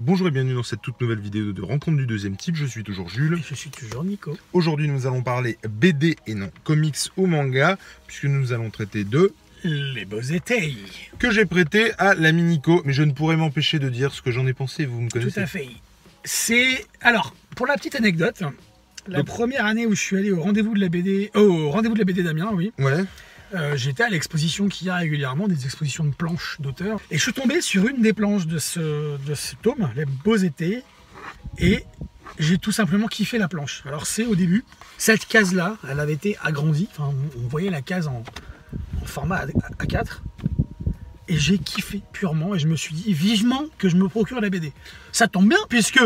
Bonjour et bienvenue dans cette toute nouvelle vidéo de rencontre du deuxième type. Je suis toujours Jules. Et je suis toujours Nico. Aujourd'hui, nous allons parler BD et non comics ou manga, puisque nous allons traiter de Les beaux étés. que j'ai prêté à l'ami Nico, mais je ne pourrais m'empêcher de dire ce que j'en ai pensé. Vous me Tout connaissez. à fait. C'est. Alors, pour la petite anecdote, la Donc- première année où je suis allé au rendez-vous de la BD. oh, au rendez-vous de la BD Damien, oui. Ouais. euh, J'étais à l'exposition qu'il y a régulièrement, des expositions de planches d'auteurs. Et je suis tombé sur une des planches de ce, de ce tome, Les beaux étés. Et. J'ai tout simplement kiffé la planche. Alors c'est au début, cette case-là, elle avait été agrandie. Enfin, on on voyait la case en, en format A4. Et j'ai kiffé purement et je me suis dit vivement que je me procure la BD. Ça tombe bien puisque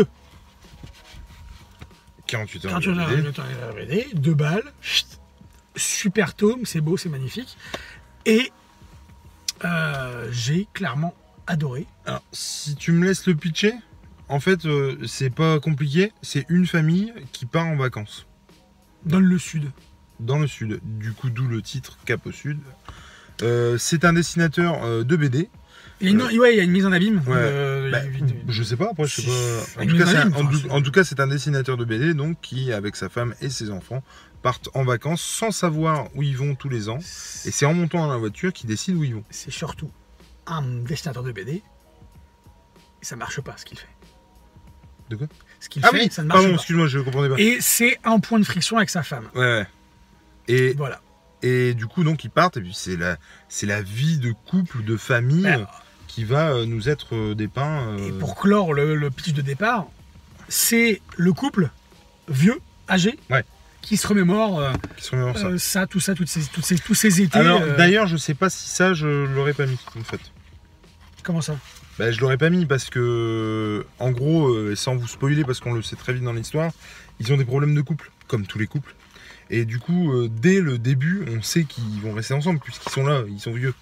48 heures. quand tu de as BD. le temps de la BD, deux balles, chut, super tome, c'est beau, c'est magnifique. Et euh, j'ai clairement adoré. Alors, si tu me laisses le pitcher, en fait, euh, c'est pas compliqué. C'est une famille qui part en vacances Dans le sud. dans le sud. Du coup, d'où le titre Cap au Sud. Euh, c'est un dessinateur euh, de BD. Il y a une, ouais, il y a une mise en abîme. Ouais. euh, Bah, il y a eu- je sais pas, après, je sais pas. En Avec tout, mes cas, c'est un, amis, en enfin, tout- c'est- en tout cas, c'est un dessinateur de BD donc qui, avec sa femme et ses enfants, partent en vacances sans savoir où ils vont tous les ans. Et c'est en montant dans la voiture qu'ils décident où ils vont. c'est surtout un dessinateur de BD. Et ça marche pas ce qu'il fait. De quoi Ce qu'il Ah fait, oui, ça ne marche pardon, pas. excuse-moi, je comprenais pas. Et c'est un point de friction avec sa femme. Ouais, ouais. Et, Voilà. et du coup, donc, ils partent, et puis c'est la, c'est la vie de couple, de famille, Ben, euh, qui va euh, nous être euh, dépeint. euh, Et pour clore le, le pitch de départ, c'est le couple vieux, âgé, Ouais. qui se remémore euh, qui sont dans ça. euh, ça, tout ça, toutes ces, toutes ces- tous ces étés. Alors, euh, d'ailleurs, je sais pas si ça, je l'aurais pas mis, en fait. Comment ça Bah, je l'aurais pas mis parce que, en gros, euh, sans vous spoiler, parce qu'on le sait très vite dans l'histoire, ils ont des problèmes de couple, comme tous les couples. Et du coup, euh, dès le début, on sait qu'ils vont rester ensemble, puisqu'ils sont là, ils sont vieux.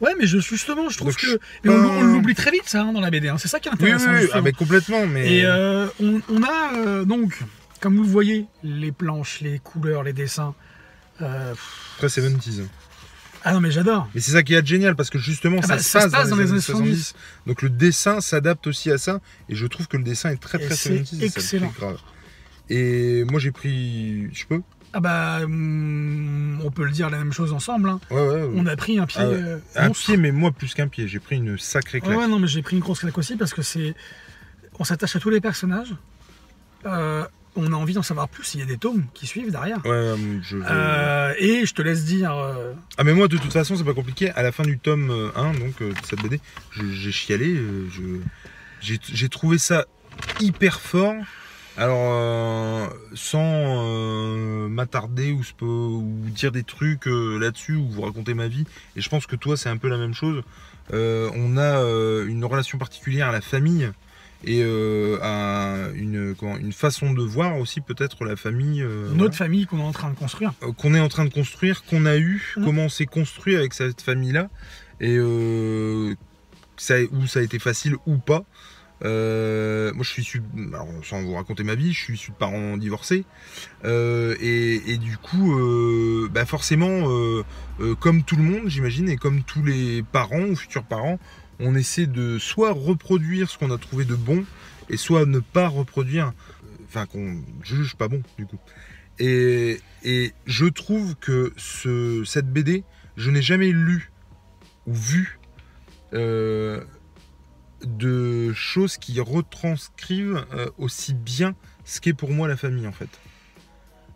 Ouais, mais je- justement, je trouve Donc, que. je- mais on, ben- on l'oublie très vite, ça, hein, dans la BD. hein, C'est ça qui est Oui, oui, intéressant. oui, justement. ah, mais complètement, mais. Et euh, on, on a euh, donc, comme vous le voyez, les planches, les couleurs, les dessins. euh, pff, Très 70s. Ah non, mais j'adore. Mais c'est ça qui est génial, parce que justement, Ah ça, bah, se passe dans, les années 70. 70. Donc le dessin s'adapte aussi à ça, et je trouve que le dessin est très, Et très 70s. c'est et ça me fait excellent. grave. Et moi, j'ai pris. Je peux Ah bah, hum, on peut le dire la même chose ensemble. hein. Ouais, ouais. ouais. On a pris un pied. Ah ouais. euh, Un monstre. pied, mais moi, plus qu'un pied. J'ai pris une sacrée Ouais, claque. ouais, non, mais j'ai pris une grosse claque aussi parce que c'est. On s'attache à tous les personnages. Euh, on a envie d'en savoir plus. Il y a des tomes qui suivent derrière. Ouais, euh, je. je- Euh, et je te laisse dire. euh, Ah, mais moi, de toute façon, c'est pas compliqué. À la fin du tome euh, 1, donc, euh, de cette BD, je- j'ai chialé. euh, je- J'ai j'ai trouvé ça hyper fort. Alors, euh, sans euh, m'attarder ou, spo- ou dire des trucs euh, là-dessus ou vous raconter ma vie, et je pense que toi, c'est un peu la même chose. Euh, on a euh, une relation particulière à la famille et euh, à une, comment- une façon de voir aussi, peut-être, la famille. euh, notre famille qu'on est en train de construire. euh, qu'on est en train de construire, qu'on a eu, Mhm. comment on s'est construit avec cette famille-là, et euh, ça, où ça a été facile ou pas. Euh, moi, je suis issu, de- alors, sans vous raconter ma vie, je suis issu de parents divorcés, Euh, et, et du coup, euh, bah forcément, euh, euh, comme tout le monde, j'imagine, et comme tous les parents ou futurs parents, on essaie de soit reproduire ce qu'on a trouvé de bon, et soit ne pas reproduire, enfin qu'on juge pas bon, du coup. Et, et je trouve que ce, cette BD, je n'ai jamais lu ou vu euh, de choses qui retranscrivent euh, aussi bien ce qu'est pour moi la famille en fait.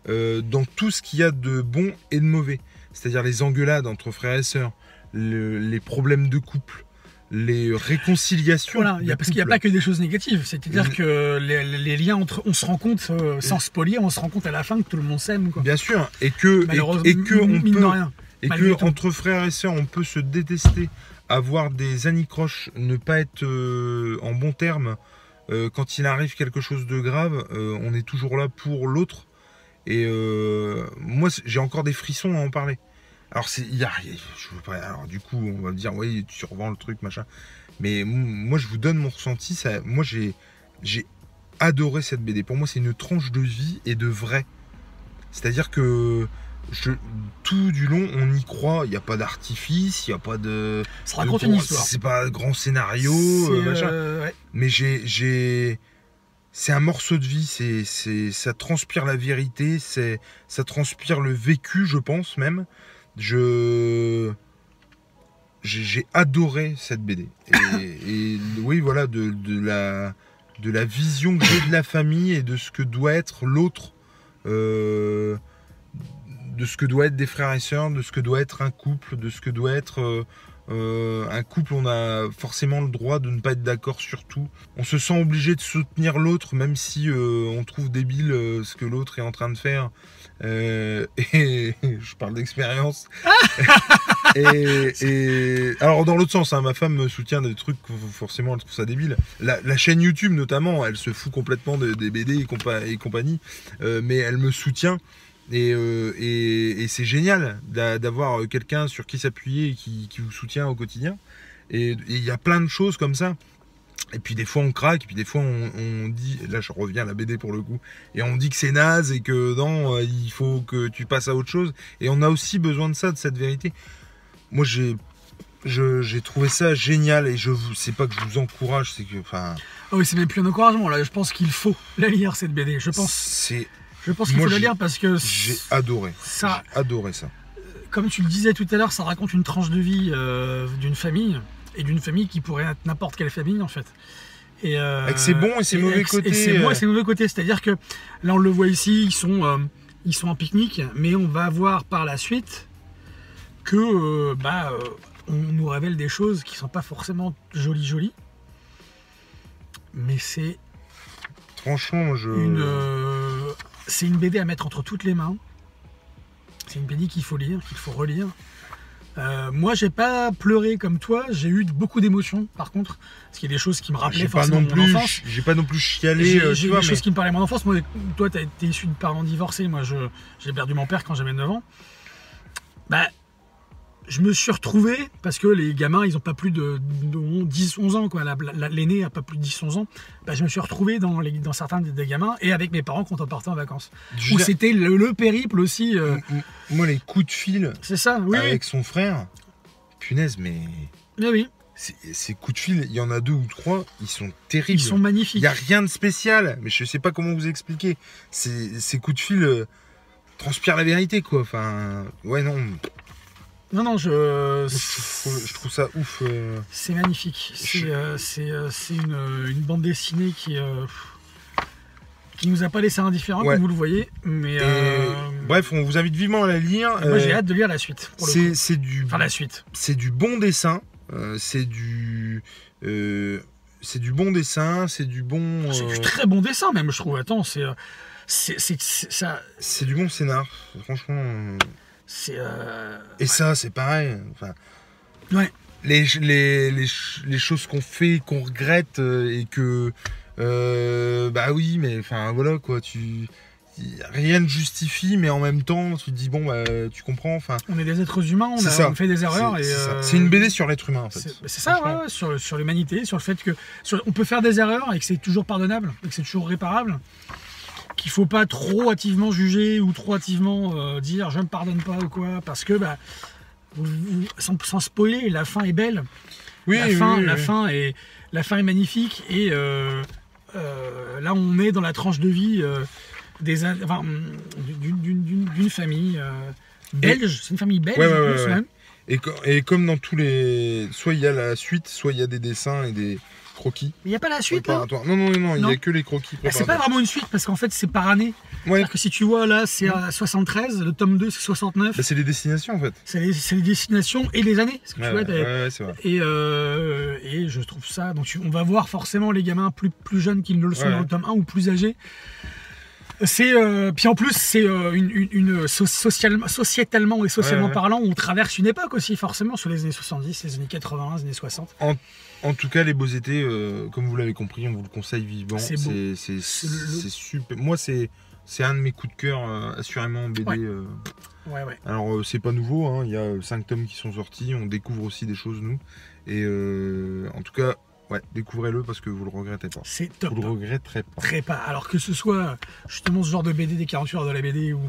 Euh, dans tout ce qu'il y a de bon et de mauvais. C'est-à-dire les engueulades entre frères et sœurs, le- les problèmes de couple, les réconciliations. Voilà, Oh il y a, de parce qu'il n'y a couple. pas que des choses négatives. C'est-à-dire Mm. que les, les liens entre. On se rend compte, euh, sans spoiler, on se rend compte à la fin que tout le monde s'aime. quoi. Bien sûr, et que, Malheureusement, et, et que on mine de peut, rien. Et Malgré que tout. entre frères et sœurs, on peut se détester, avoir des anicroches, ne pas être euh, en bon terme. Euh, quand il arrive quelque chose de grave, euh, on est toujours là pour l'autre. Et euh, moi, c'est- j'ai encore des frissons à en parler. Alors, c'est, il y a- il y a- je veux pas, alors du coup, on va me dire, oui, tu revends le truc, machin. Mais m- moi, je vous donne mon ressenti. Ça, moi, j'ai, j'ai adoré cette BD. Pour moi, c'est une tranche de vie et de vrai. C'est-à-dire que je- tout du long, on y croit. Il n'y a pas d'artifice, il n'y a pas de. Ça de raconte gros- une histoire. C'est pas grand scénario, C'est, euh, machin. euh, ouais. Mais j'ai, j'ai, c'est un morceau de vie. C'est, c'est, ça transpire la vérité. C'est, ça transpire le vécu, je pense même. Je, j'ai, j'ai adoré cette BD. Et, et oui, voilà, de, de la, de la vision que j'ai de la famille et de ce que doit être l'autre. euh, de ce que doit être des frères et sœurs, de ce que doit être un couple, de ce que doit être euh, euh, un couple, on a forcément le droit de ne pas être d'accord sur tout. On se sent obligé de soutenir l'autre, même si euh, on trouve débile euh, ce que l'autre est en train de faire. Euh, et je parle d'expérience. et, et- alors dans l'autre sens, hein, ma femme me soutient des trucs que forcément elle trouve ça débile. La, la chaîne YouTube notamment, elle se fout complètement de- des BD et, compa- et compagnie, euh, mais elle me soutient. Et, euh, et- et c'est génial d'a- d'avoir quelqu'un sur qui s'appuyer et qui, qui vous soutient au quotidien. Et et il y a plein de choses comme ça. Et puis des fois on craque, et puis des fois on, on dit, là je reviens à la BD pour le coup, et on dit que c'est naze et que non, euh, il faut que tu passes à autre chose. Et on a aussi besoin de ça, de cette vérité. Moi j'ai je- j'ai trouvé ça génial et je vous, c'est pas que je vous encourage, c'est que enfin, Ah oui, c'est même plus un encouragement là. Je pense qu'il faut la lire cette BD. Je pense, c'est je pense qu'il Moi, faut la j'ai- lire parce que j'ai adoré, ça, j'ai adoré ça. comme tu le disais tout à l'heure, ça raconte une tranche de vie euh, d'une famille et d'une famille qui pourrait être n'importe quelle famille en fait. Et, euh, Avec ses bons et ses mauvais avec- côtés, Et ses bons euh. et ses mauvais côtés. C'est-à-dire que là, on le voit ici, ils sont, euh, ils sont en pique-nique, mais on va voir par la suite que euh, bah, euh, on nous révèle des choses qui sont pas forcément jolies jolies, mais c'est Franchement, moi, je. une, euh, c'est une BD à mettre entre toutes les mains. C'est une BD qu'il faut lire, qu'il faut relire. Euh, moi, j'ai pas pleuré comme toi. J'ai eu beaucoup d'émotions, par contre, parce qu'il y a des choses qui me rappelaient J'ai pas forcément non mon plus, enfance. j'ai pas non plus chialé, J'ai euh, j'ai tu eu vois, des mais choses qui me parlaient de mon enfance. Moi, toi, t'as été issu de parents divorcés. Moi, je j'ai perdu mon père quand j'avais 9 ans. Bah, je me suis retrouvé parce que les gamins, ils ont pas plus de, de 10, 11 ans, quoi. La- la- L'aîné a pas plus de 10, 11 ans. Bah, je me suis retrouvé dans, les, dans certains des, des gamins et avec mes parents quand on partait en vacances. je Où veux dire, c'était le, le périple aussi. euh, m- m- moi les coups de fil c'est ça, oui, avec son frère, punaise, mais oui, oui, oui. c'est- ces coups de fil, il y en a deux ou trois, ils sont terribles. Ils sont Il magnifiques. n'y a rien de spécial, mais je sais pas comment vous expliquer. Ces, ces coups de fil euh, transpirent la vérité, quoi. Enfin, ouais, non, Non, non, je. je trouve, je trouve ça ouf. euh. C'est magnifique. C'est Je- euh, c'est, euh, c'est une, une bande dessinée qui euh, pff, qui nous a pas laissé indifférents, Ouais. comme vous le voyez. Mais Et, euh, Bref, on vous invite vivement à la lire. moi, j'ai euh, hâte de lire la suite. Pour le coup. c'est c'est du Enfin, la suite. c'est du bon dessin, euh, c'est du euh, c'est du bon dessin, c'est du bon Ah, C'est euh, du très bon dessin, même, je trouve. Attends, c'est euh, c'est- c'est- c'est- ça. c'est du bon scénar, franchement. euh, C'est euh, Et ça, c'est pareil. Enfin, Ouais. Les, les, les, les choses qu'on fait, qu'on regrette euh, et que euh, bah oui, mais enfin voilà quoi, tu rien ne justifie, mais en même temps tu te dis bon bah tu comprends. Enfin, on est des êtres humains, on, C'est a- ça. on fait des erreurs. c'est et, c'est ça. euh, C'est une BD sur l'être humain en fait. C'est bah, c'est ça, ouais, Franchement. ouais, sur, sur l'humanité, sur le fait que sur- on peut faire des erreurs et que c'est toujours pardonnable, et que c'est toujours réparable, qu'il faut pas trop hâtivement juger ou trop hâtivement euh, dire je ne pardonne pas ou quoi, parce que bah, vous- vous- sans, sans spoiler, la fin est belle, Oui, la, oui, fin, oui, la, oui. Fin est, la fin est magnifique et euh, euh, là on est dans la tranche de vie euh, des in- enfin, d'une- d'une d'une- d'une famille euh, belge, c'est une famille belge Ouais, ouais, ouais, en plus, ouais. même. Et, co- et comme dans tous les. Soit il y a la suite, soit il y a des dessins et des croquis Mais il n'y a pas la suite là préparatoires. Non, non, non, non, il n'y Non. a que les croquis Bah, c'est pas préparatoires. vraiment une suite parce qu'en fait c'est par ouais, année. C'est-à-dire que si tu vois là c'est à 73, le tome 2 c'est 69, bah, c'est les destinations en fait. c'est les, c'est les destinations et les années. parce que tu Ouais, vois, ouais, t'as- ouais, c'est vrai. et, euh, et je trouve ça. Donc tu- on va voir forcément les gamins plus, plus jeunes qu'ils ne le sont Ouais. dans le tome 1 ou plus âgés. C'est euh, puis en plus c'est euh, une, une, une so- socialement- sociétalement et socialement Ouais, ouais. parlant on traverse une époque aussi forcément sur les années 70, les années 80, les années 60. En tout cas, les beaux étés, euh, comme vous l'avez compris, on vous le conseille vivement. C'est C'est beau. c'est- C'est le- le- c'est super. Moi, c'est. C'est un de mes coups de cœur, euh, assurément, en BD. Ouais. euh. Ouais ouais. Alors, euh, c'est pas nouveau, hein, il y a 5 tomes qui sont sortis, on découvre aussi des choses, nous. Et euh, en tout cas, ouais, découvrez-le parce que vous le regrettez pas. C'est top. Vous le regretterez pas. Très pas. Alors que ce soit justement ce genre de BD des 48 heures de la BD ou,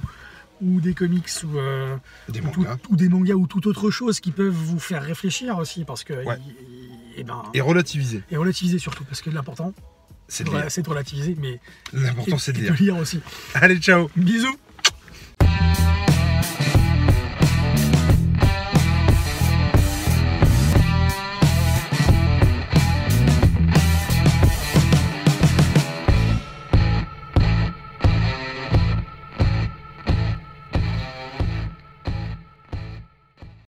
ou des comics ou, euh, Des ou tout- mangas. ou des mangas ou toute autre chose qui peuvent vous faire réfléchir aussi parce que Ouais. y- y- eh ben, Et relativiser. et relativiser surtout parce que l'important C'est de voilà, lire. c'est de relativiser mais L'important, et- c'est de et lire. lire aussi. Allez, ciao Bisous